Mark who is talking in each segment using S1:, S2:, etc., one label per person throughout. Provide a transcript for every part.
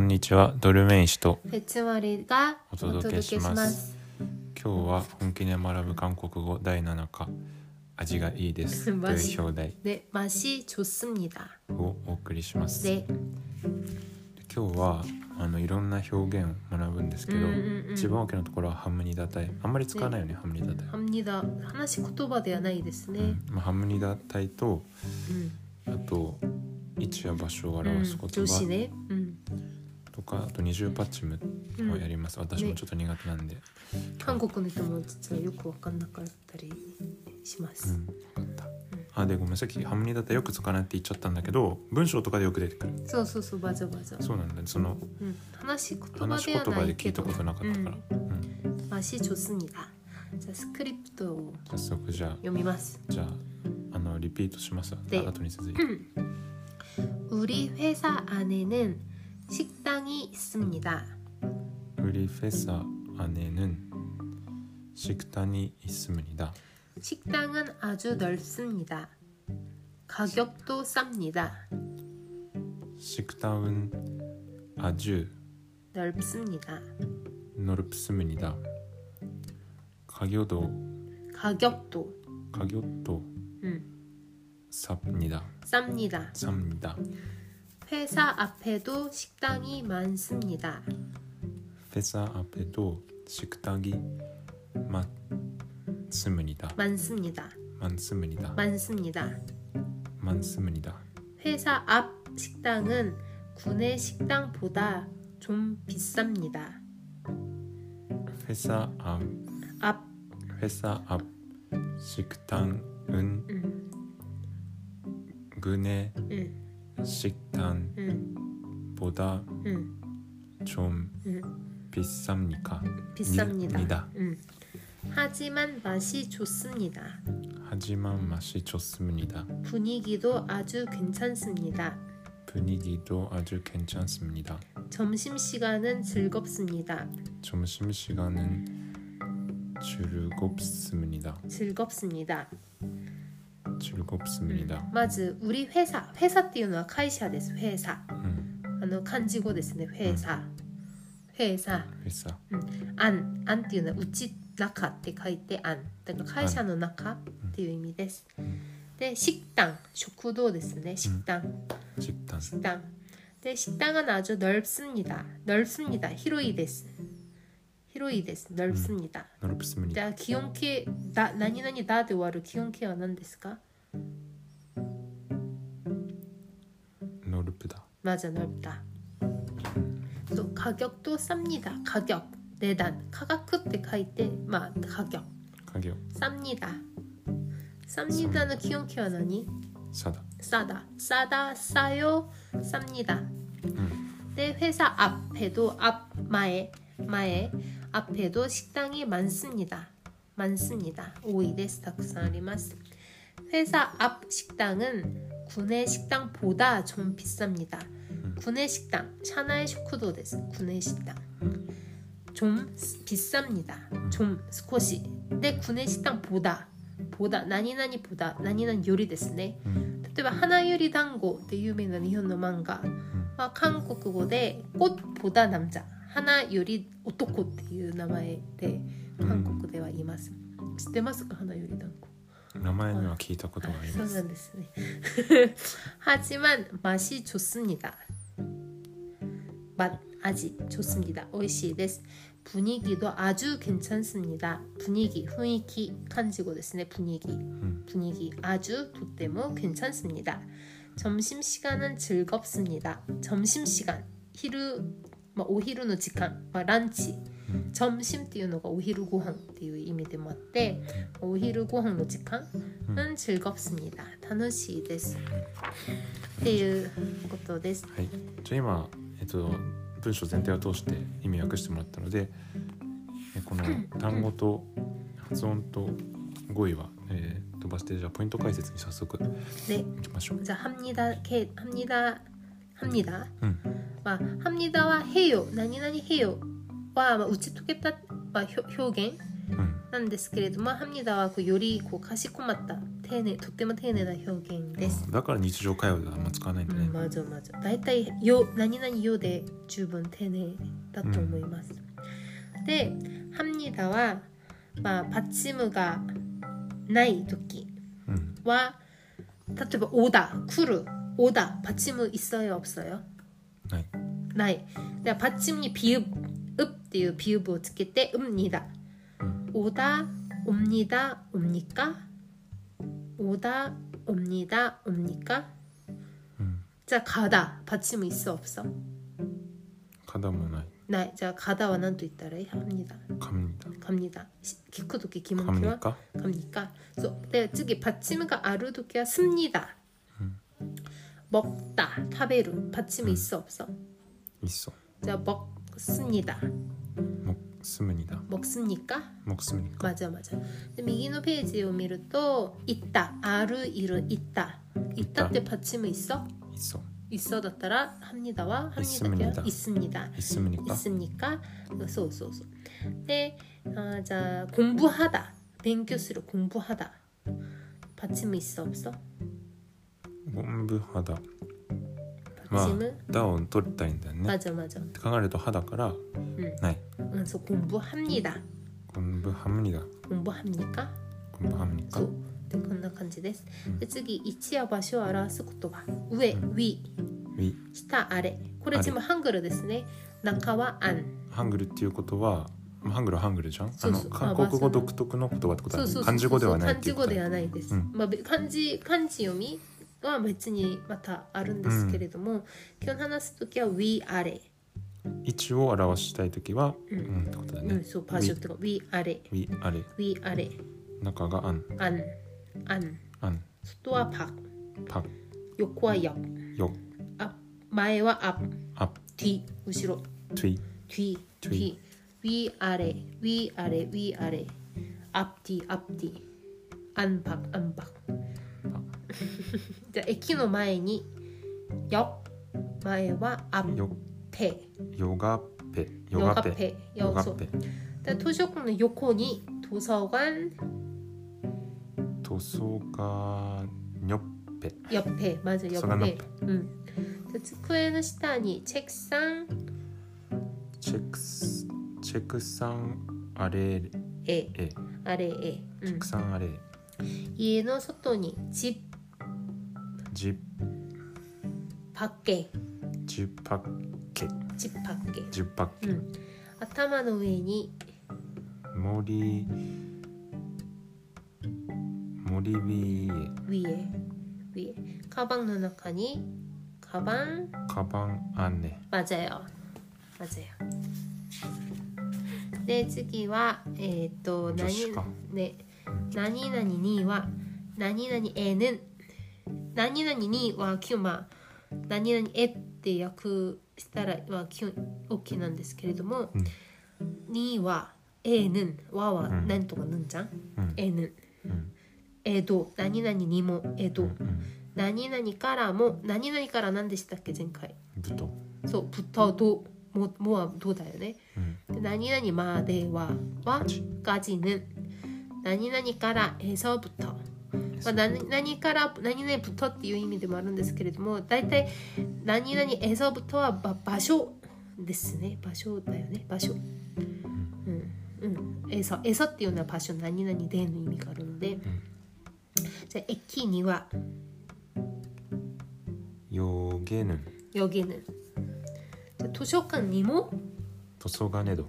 S1: にちはドルメイン氏と
S2: フェチマリが
S1: お
S2: お
S1: 届
S2: 届
S1: け
S2: け
S1: し
S2: し
S1: ます
S2: ます。
S1: 今日は本気で学ぶ韓国語第7課味がいいですと
S2: マ
S1: い
S2: ジ
S1: う表題
S2: 네, 맛이 좋습니다.
S1: をお送りしますで
S2: 네.
S1: 今日はあのいろんな表現を学ぶんですけど、
S2: うんうんうん
S1: 一番大きなところはハムニダタイあんまり使わないよねハムニダタイ、
S2: 합니다. 하나씩 言葉ではないですね。
S1: うんまあ、ハムニダタイと
S2: うん。
S1: あと位置や場所を
S2: う
S1: 表
S2: ん
S1: す言
S2: 女子
S1: 葉
S2: ね。うん。
S1: とか、あと二重パッチム
S2: うん
S1: をやります、私もちょっと苦手なんで、
S2: 韓国の人も実はよくわかんなかったりしま
S1: う
S2: す。
S1: ん、分かった、あでごめんさっきハムニダタイよく使わないって言っちゃったんだけど文章とかでよく出てくる
S2: そうそうそう、バザバザ。
S1: そうなんだねその
S2: うん。話し言葉
S1: 話し
S2: で
S1: 言
S2: はな
S1: 葉で
S2: い
S1: 聞
S2: け
S1: いた
S2: ど。
S1: ことなかったから、うん
S2: うん맛이 좋습니다. 자, 스크립트 를
S1: 早速じゃあ
S2: 読みます.
S1: じゃああのリピートします
S2: で
S1: あ後に続いて
S2: 우리 회사 안에는 식당이 있습니다.
S1: ウリフェサアネヌンシクタニイスムニダ
S2: 식당은 아주 넓습니다. 가격도 쌉니다.
S1: シクタウンアジュ
S2: 넓습니다.
S1: ノルプスムニダカギョド
S2: 가격도
S1: カギョット
S2: 음,
S1: サプニダ
S2: 쌉니다.
S1: サムニダ
S2: 회사 앞에도 식당이 많습니다.
S1: フェサアペドシクタギマスムニダ
S2: 많습니다.
S1: マンスムニダ
S2: 많습니다.
S1: マンスムニダ
S2: 회사 앞 식당은 구내 식당보다 좀 비쌉니다.
S1: フェサア
S2: 앞
S1: フェサアシクタンウン
S2: 음,
S1: グネ
S2: 음,
S1: 식당
S2: 음,
S1: 보다
S2: 음,
S1: 좀
S2: 음,
S1: 비쌉니까?
S2: 비쌉니다.
S1: 니다.
S2: 음. 하지만 맛이 좋습니다.
S1: 하지만 맛이 좋습니다.
S2: 분위기도 아주 괜찮습니다.
S1: 분위기도 아주 괜찮습니다.
S2: 점심시간은 즐겁습니다.
S1: 점심 시간은 즐겁습니다.
S2: 즐겁습니다.
S1: 즐겁습니다.
S2: まず、우리회사、회사っていうのは会社です。회사。
S1: 음,
S2: あの、漢字語ですね。회사。회사。
S1: 회사
S2: 安。安っていうのは、うち、中って書いて安。だから会社の中っていう意味です。で、 네, 식당。食堂ですね。식당。
S1: 식당
S2: 식당. 네, 식당은 아주 넓습니다. 넓습니다. 히로이 데스. 히로이 데스. 넓습니다.
S1: 넓습니다.
S2: 자, 기온케 나 나니나니 나데와루 기온케 안한데스까?
S1: 넓다.
S2: 맞아, 넓다. 또 가격도 쌉니다. 가격. 내단. 가가크 때 가이때 마 가격.
S1: 가격
S2: 쌉니다. 쌉니다는 기온케 안하니?
S1: 싸다.
S2: 싸다, 싸다, 싸요, 쌉니다. 내 회사 앞에도 앞 마에 마에 앞에도 식당이 많습니다. 많습니다. 오이데스 닥산리마스. 회사 앞 식당은 구내 식당보다 좀 비쌉니다. 구내 식당 샤나의 쇼쿠도 데스. 구내 식당 좀 스- 비쌉니다. 좀 스코시. 내 구내 식당보다 보다 나니나니 보다 나니나니 요리 데스네.
S1: 음,
S2: 例えば「花より団子」って有名な日本の漫画は韓国語で「꽃보다남자」「花より男」っていう名前で韓国では言います、知ってますか花より団子
S1: 名前に聞いたことがあります.
S2: そうなんですね 하지만맛이좋습니다맛아주좋습니다美味しいです분위기도아주괜찮습니다분위기雰囲気漢字語ですね분위기
S1: 음,
S2: 분위기 아주 도때무 괜찮습니다. 점심 시간은 즐겁습니다. 점심 시간 히루 뭐 오히루의 시간, 뭐 런치.
S1: 음.
S2: 점심 っていうのが 오히루 고항 っていう 의미でもあって
S1: 음.
S2: 오히루 고항의 시간은 즐겁습니다. 楽しいです. 네, っていうことです.
S1: はい。じゃあ今えっと文章全体を通して意味訳してもらったので、えこ の単語と発音と語彙は、えー飛ばしてじゃあポイント解説に早速
S2: 네.
S1: いきましょう。
S2: 자, 합니다. 게, 합니다. 합니다.
S1: うん。
S2: 와, 합니다와 해요. 나니나니 해요. 와, 막 우찌토겠다. 와, 표-
S1: うん。
S2: 표현 뭐그 なんですけれども、ハミダはこうよりこうかしこまった丁寧とっても丁寧な表現です
S1: あ。だから日常会話ではあんま使わないんだ
S2: うん
S1: ね。
S2: 음, 맞아 맞아. 다이다이 요 나니나니 요대 주분 테네 다토
S1: 음.
S2: 모이마스. 네 합니다와 마 받침우가 나이 도끼
S1: うん。
S2: 와 다토바 오다 쿠르 오다 받침우 있어요 없어요?
S1: ない。
S2: 나이. 내가 받침이 비읍 읍っていう 비읍을 つけて 읍니다.
S1: 음.
S2: 오다 옵니다 옵니까? 오다 옵니다 옵니까?
S1: うん。
S2: 자 가다 받침은 있어 없어?
S1: 肩もない。
S2: 나 자, 네, 가다와
S1: 음.
S2: 난또 있다래 합니다.
S1: 髪だ。
S2: 갑니다. 기쿠도끼
S1: 髪
S2: 기모키와
S1: か。
S2: 갑니까? 그래서 내가 즉 받침과 아루도끼와 씁니다.
S1: 음.
S2: 먹다 타베루 받침이
S1: 음.
S2: 있어 없어?
S1: いっそ。
S2: 자 먹습니다.
S1: もすむにだ。
S2: 먹습니까?
S1: もすむにか。
S2: 맞아 맞아. 근데 미기노 페이지 오미를 또 있다 아루 이루 있다 있다
S1: 있다.
S2: 때 받침이 있어?
S1: いっそ。
S2: 있어 닿다라 합니다와 합니다
S1: 있습니다.
S2: 있습니다.
S1: いっすむにか。
S2: 있습니까? 그 소소소. 네, 어, 자 공부하다. 뱅교수로 공부하다. 받침이 있어 없어?
S1: ゴンブ肌。ま
S2: 받침은
S1: あ、ダを取りたいんだよね。
S2: 맞아 맞아.
S1: って考えると肌から、
S2: 음.
S1: ない。
S2: 그래서 공부합니다.
S1: ゴンブハムニだ。
S2: 공부합니까?
S1: ゴンブハムニか。
S2: 소. 네, こんな感じです.
S1: 음.
S2: 네, 次 이치와 바쇼 알아스 고토바. 위에 위,
S1: ウィ
S2: 시타 음. 아래. これ 지금 한글어 ですね. 나카와 안.
S1: ハングルっていうことは、まあハングルはハングルじゃん。
S2: そうそう
S1: あの
S2: まあ
S1: 韓国語独特の言葉ってことだね。
S2: 소소소.
S1: 漢字語ではないっていうことだね
S2: 漢字語ではないです.
S1: 음.
S2: 뭐 간지 간지 요미 は別にまたあるんですけれども、今日話す時は we あれ、
S1: 位置を表したいときは、う
S2: う
S1: んん、ってことだ
S2: う
S1: ね
S2: ん、。そうパーションとか we あれ
S1: ウィあれ
S2: we あれ
S1: 中がアン
S2: an an
S1: アン
S2: 外はパ
S1: パ
S2: 横はよ
S1: ヨ
S2: あ前は up
S1: アプ
S2: t 後ろ
S1: トゥイ
S2: t t
S1: T
S2: we あれ we あれ we あれ up t up t アンパクアンパクじゃあ駅の前によ前は up
S1: ヨ
S2: ペ
S1: ヨガペヨガペ
S2: ヨ
S1: ヨ
S2: ガ
S1: ガ
S2: ペ
S1: ペ
S2: 근데 도서관은 요코니 도서관
S1: 塗装がニョッペ
S2: 옆에 맞아
S1: 도서관
S2: 옆에.
S1: 옆에.
S2: 음. 자, 스쿠에는 시타니 책상
S1: チェクスチェクサンアレ
S2: 에
S1: エ
S2: 아래에.
S1: チェ
S2: 음.
S1: クサンアレエ
S2: 이에노 소토니 집
S1: ジ
S2: 밖에
S1: ジパッケ
S2: 집 밖에.
S1: ジパッケ
S2: 음. 아타마노 우에니
S1: 森森ビエ
S2: 위에 위에 가방 노나카니 가방
S1: カバンアンネ
S2: 맞아요. 맞아요. 네, 次は 에또 나니
S1: 女子か。
S2: 네. 나니나니니와 나니나니에는 나니나니니와 큐마 나니나니에って 訳したらは OKなんですけれども
S1: うん。
S2: 니와 에는 와와
S1: うん。
S2: なんとかぬんじゃん
S1: うん
S2: 에는
S1: うん
S2: 에도 나니나니니모
S1: う
S2: 에도
S1: んうん
S2: 나니나니からも 何々から何でしたっけ前回
S1: ぶと
S2: そう、ぶたど、も、もはどうだよね。
S1: うん
S2: で何々までは、は、がじぬ。何々から、えそうぶた。まあ、何何から何々ぶたっていう意味でもあるんですけれども、大体何々えそうぶたはば場所ですね。場所だよね。場所。うん。うん。えそう、えそうっていうのは場所、何々での意味があるので。じゃあ、駅には、
S1: 요게는
S2: 여기는。じゃあ図書館にも、
S1: 도서관에도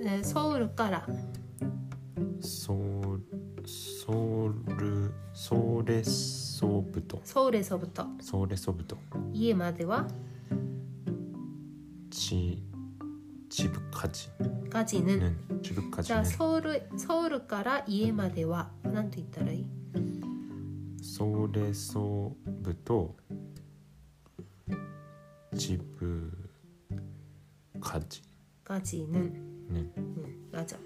S2: えソウルから、
S1: 소울 소울 소레소부터
S2: 서울에서부터
S1: 소레소부터
S2: 이에 마대와
S1: 지 지부까지는
S2: 까지는 자
S1: 지부까지는
S2: 서울 서울가라 이에 마대와 난도 있더라 이
S1: 소레소부터 지부까지는
S2: 까지는 음, 맞아.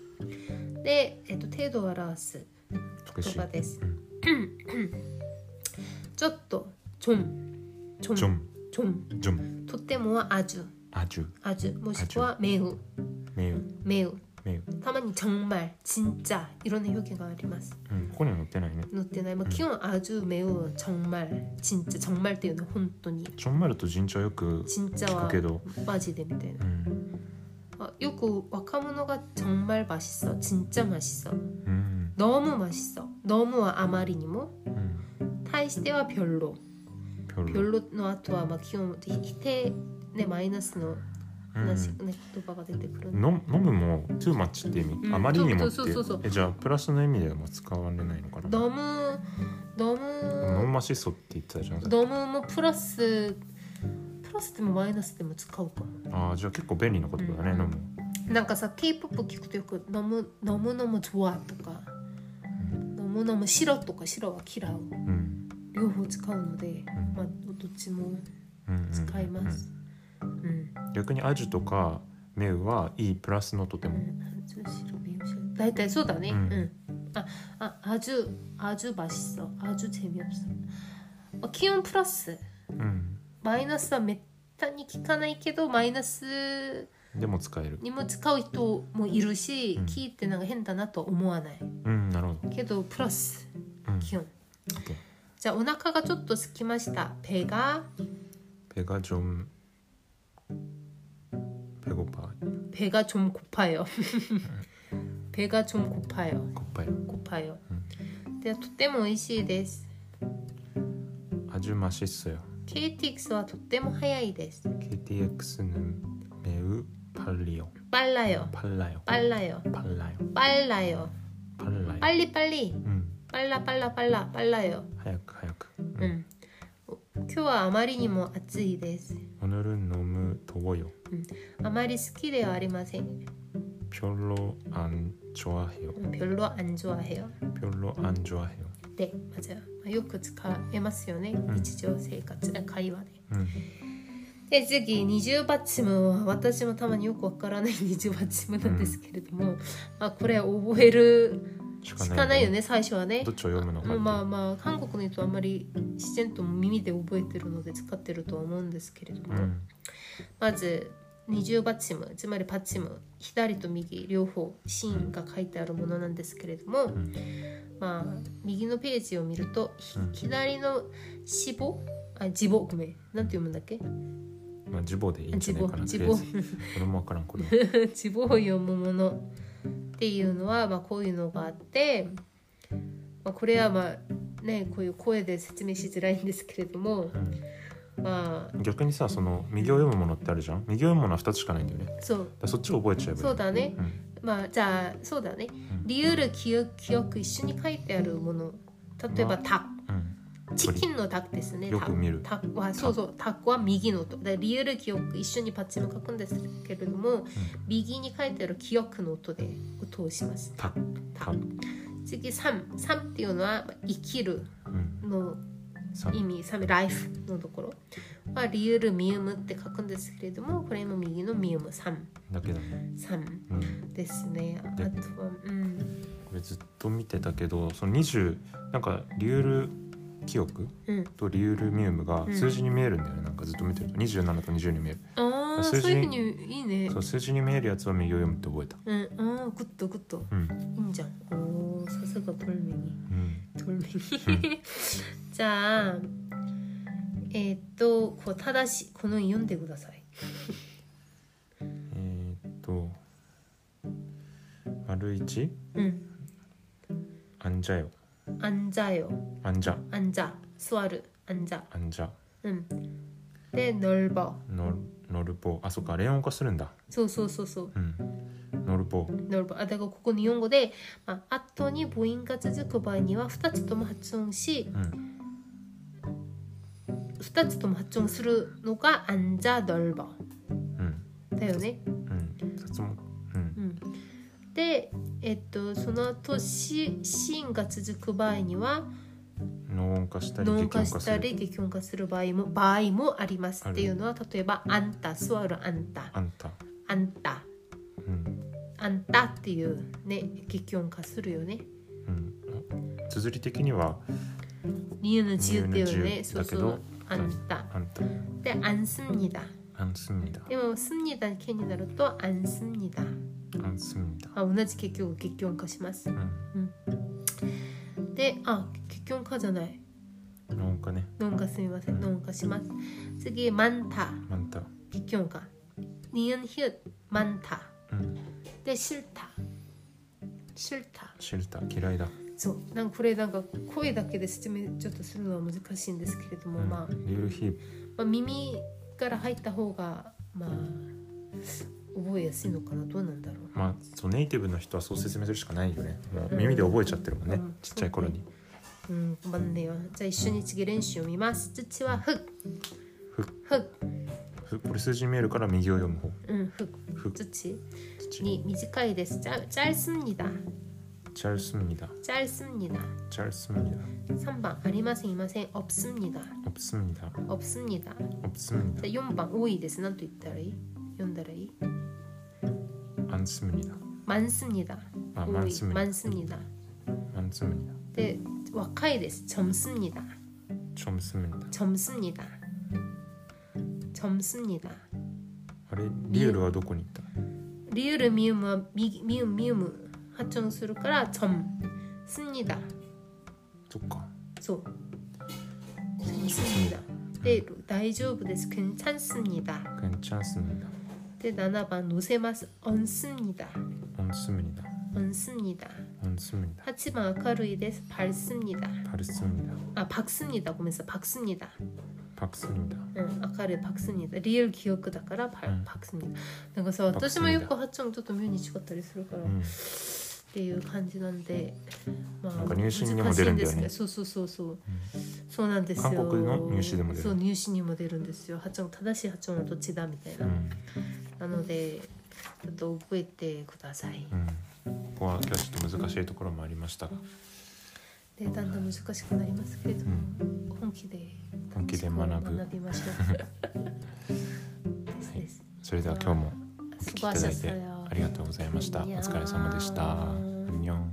S2: 네, 에또 테도 알아스
S1: 그것이
S2: 도가 됐어. 쪼또 좀좀좀
S1: 좀좀 좀
S2: 도때모와 아주
S1: 아주
S2: 아주 모시고와 매우
S1: 매우
S2: 매우
S1: え
S2: 다만 정말 진짜 이런 표기가 あります.
S1: えうん、ここには載ってないね
S2: 롯데나 뭐 기온 아주 매우 정말 진짜 정말 때는 혼돈이
S1: ちょんまると順調よく聞
S2: 진짜와
S1: くけど、
S2: 빠지대 밑에.
S1: うん、
S2: 어, 요거 와카모노가 정말 맛있어. 진짜 맛있어.
S1: うん、
S2: 너무 맛있어. 너무 아마리니모
S1: うん、
S2: 타이시대와 별로.
S1: ぴょろ、
S2: 별로의 아토와 막 기온 히테 네 마이너스의
S1: うん、
S2: 하나씩 네 도바가 되때 그런.
S1: 飲む飲むもトゥーマッチって意味、
S2: うん
S1: あまりにもっ
S2: そうそうそうそう
S1: てえじゃあプラスの意味ではもう使われないのかな
S2: 너무
S1: でも
S2: 너무
S1: ノンマシソって言ってたじゃん
S2: 너무 뭐 플러스 플러스 때문 마이너스 때문 스카우고
S1: ああじゃあ結構便利な言葉だね、
S2: う
S1: 飲
S2: ん
S1: む
S2: 뭔가 사 K-pop 듣고도 있고 너무 너무 너무 좋아 とか 너무 너무 싫어 とか 싫어와 키라우
S1: うん
S2: 両方使うので
S1: うんうん
S2: まあどっちも
S1: うんうんうん
S2: 使います。うん。
S1: 逆にアジュとかメウはいいプラスのとて
S2: う
S1: も、
S2: ん。아주싫어매우싫어大体そうだね。う
S1: うん
S2: ん。あ、あ、아주아주맛있어。아주재미없어。気温プラス。
S1: うん、
S2: マイナスはめったに聞かないけど、マイナス
S1: でも使える
S2: にも使う人もいるし、
S1: うん
S2: 聞いてなんか変だなとは思わない。
S1: うんなるほど、
S2: けど、プラス、
S1: うん、
S2: 気温。
S1: OK
S2: じゃあ、お腹がちょっとすきました。배가、
S1: ペガジョンペゴパー
S2: 배가좀고파요。배가좀고파요。
S1: コッパイ
S2: 고파요.
S1: 음.
S2: 근데 도때모 이시 데스.
S1: アジュマシッソよ
S2: KTX와 도때모 하야이 데스.
S1: KTX のメウパリオ
S2: 빨라요.
S1: パラよ
S2: 빨라요.
S1: パラよ
S2: 빨라요.
S1: パラよ
S2: 빨리 빨리.
S1: うん、
S2: 빨라 빨라 빨라 빨라요.
S1: 早く早く。
S2: 음. 큐와 아마리니모 아츠이 데스.
S1: おぬるのむとぼよ。
S2: 아마리 스키데요 아리마생.
S1: ぴょろあんちょあへよ。
S2: 별로 안 좋아해요.
S1: ぴょろあんちょあへよ。
S2: 네, 맞아요. 요크使えますよね.
S1: 음.
S2: 아, 日常生活会話で。
S1: うん。
S2: で次二重バッチムは私もたまによくわから ない二重バッチムなんですけれども、まあ、これ覚える
S1: し
S2: しかないよ。ね最初はね
S1: どっちを読むのかって。
S2: うんまあまあ韓国の人はあんまり自然と耳で覚えてるので使ってるとは思うんですけれど
S1: う
S2: も、
S1: ん。
S2: まず二重バッチムつまりパッチム左と右両方シーンが書いてあるものなんですけれども、
S1: ん
S2: まあ右のページを見ると、ひ
S1: うん
S2: 左の死亡あ自母ごめんなんて読むんだっけ
S1: まあ、ジボでいいんじ
S2: 自
S1: ゃないか
S2: 母
S1: な。
S2: 自
S1: とりあえ
S2: 母
S1: ず俺もわからん、これは。
S2: 地方を読むものっていうのは、まあ、こういうのがあって、まあ、これはまあねこういう声で説明しづらいんですけれどもまあ
S1: うん逆にさ、その右を読むものってあるじゃん。右を読むものは二つしかないんだよね。だか
S2: そう
S1: らそっちを覚えちゃえばいい。
S2: そうだね
S1: うん。
S2: まあじゃあそうだね
S1: ん
S2: 理由る記憶記憶一緒に書いてあるもの例えば「タ
S1: うん。
S2: チキンのタクですね。
S1: よく見る
S2: タクはそうそう、タクは右のと。で、リアル記憶一緒にパッチも書くんですけれども、右に書いてある記憶の音で音をします。
S1: タタ
S2: 次三三っていうのはまあ生きる
S1: うん。
S2: の
S1: さ
S2: 意味、サムライフのところはリユルミウムって書くんですけれども、これも右のミウム三
S1: だけだね。
S2: 三
S1: うん。
S2: ですね。あ
S1: で
S2: とはうん
S1: これずっと見てたけど、その二十、なんかリュール記憶。
S2: うん。
S1: とリュールミウムが
S2: うん
S1: 数字に見えるんだよね、なんかずっと見てると27と20に見える、
S2: ああ、
S1: 数字
S2: そういうふうにいいね
S1: そ。う数字に見えるやつは右を読むって覚えた
S2: うん、ああ、グッドグッド。
S1: うん
S2: いいんじゃん。おお、さすがトルメニ。
S1: うん
S2: トルメニ。 じゃあ、えーっと、こう正しこの読んでください。
S1: えーっと丸一
S2: うん。
S1: アンジャよ
S2: 앉아요。
S1: アンジャ
S2: 앉아座る。앉아
S1: アンジャ
S2: 응. 네, 넓어.
S1: ノルノルポあそっかレオン化するんだ
S2: 소소소소.
S1: うんノルポ
S2: 넓어. 아, 내가 그건 일본어인데, 아, 앞턴이 보인가 쯔즈크 바이니와 2つとも発音し,
S1: うん
S2: 2つとも発音するのが 앉아 넓어.
S1: うん
S2: だよね.
S1: うん雑音うん
S2: 응. で、えっと、その後しシーンが続く場合には
S1: 脳音化したり
S2: 脳
S1: 激音
S2: 化
S1: 化す
S2: し
S1: る
S2: たり激音化する場合も場合もあります
S1: あ
S2: っ
S1: る
S2: ていうのは例えば「あんた」「座るあんた」
S1: あんた
S2: 「あんた」
S1: うん
S2: 「あんた」っていうね激音化するよね。
S1: うんあ綴り的には
S2: 理由の自由っていうね、
S1: 이유는
S2: そう
S1: 지읒 だ
S2: そ
S1: けど
S2: う、あんた。
S1: あんた
S2: 네, で、안씁니다。 네, 뭐
S1: あんすみだ
S2: でも、씁니다系になると、안씁니다。 아,
S1: 많습니다.
S2: あ同じ結局結婚化します
S1: 음,
S2: であ結婚化じゃない
S1: 그러니까 네
S2: 農家すみません農家します次マンタ
S1: 많다.
S2: 기경가 니은 히읗 많다
S1: 음,
S2: 내 싫다 싫다
S1: 싫다, 기라이다.
S2: そうなんかこれなんか声だけで説明ちょっとするのは難しいんですけれど
S1: 음.
S2: も、まあ、
S1: 류힙,
S2: まあ耳から入った方がまあ覚えやすいのかなどうなんだろう
S1: まあそうネイティブの人はそう説明するしかないよね。もう
S2: うん
S1: 耳で覚えちゃってるもんね。ちっちゃい頃に。
S2: うんまんねよじゃあ一緒に次練習を見ます土はふっ
S1: ふっ
S2: ふっ
S1: ふこれ数字見えるから右を読む方。
S2: うんふっ
S1: ふ
S2: 土
S1: 土
S2: に短いですじゃじゃあすんにだ
S1: チャルスミダ、
S2: じゃすんにだ
S1: チャルスミダ、
S2: 3번 아리마생 이마생 없습니다
S1: 없습니다,
S2: 없습니다
S1: 없습니다,
S2: 자, 4번 오이데스 난또 있다라이 연다라이
S1: 많습니다,
S2: 많습니다
S1: 아
S2: 오이,
S1: 많습니다,
S2: 많습니다
S1: 많습니다,
S2: 네 와카이데스 젊습니다
S1: 젊습니다.
S2: 젊습니다 젊습니다
S1: あれリュールはどこに行った？
S2: 리을의 미음은 미, 미음 미음 하청수를 깔아 젊습니다
S1: そっか。
S2: 소 젊습니다 네 다이조부데스 괜찮습니다
S1: 괜찮습니다
S2: 네 나나반 노세마스 언습니다
S1: 얹습니다.
S2: 언습니다
S1: 얹습니다.
S2: 하치반 아카루이데스 밝습니다
S1: 바르습니다.
S2: 아 박습니다 보면서 박습니다.
S1: 박습니다.
S2: 응, 아까를 박습니다. 리얼 기억그다가라 발
S1: 응.
S2: 박습니다. 뭔가 서
S1: 박습니다.
S2: 어떠시면 욕과 하청 또 면이 죽었다리 쓸 거라.
S1: うん。
S2: っていう感じなんで、まあ、
S1: なんか入試にも出るんだよね。
S2: そうそうそうそうそうなんですよ
S1: 韓国の入試でも出る。う
S2: そう入試にも出るんですよ発音正しい発音はどっちだみたいな、
S1: ん。
S2: なのでちょっと覚えてください
S1: うん。ここは今日はちょっと難しいところもありましたが、
S2: でだんだん難しくなりますけれども、本気で
S1: 本気で学ぶ。
S2: 学びましょうですです
S1: それでは今日もお聞きいただいて
S2: 수고하셨어요
S1: ありがとうございました。お疲れ様でした。
S2: いやー
S1: うにょん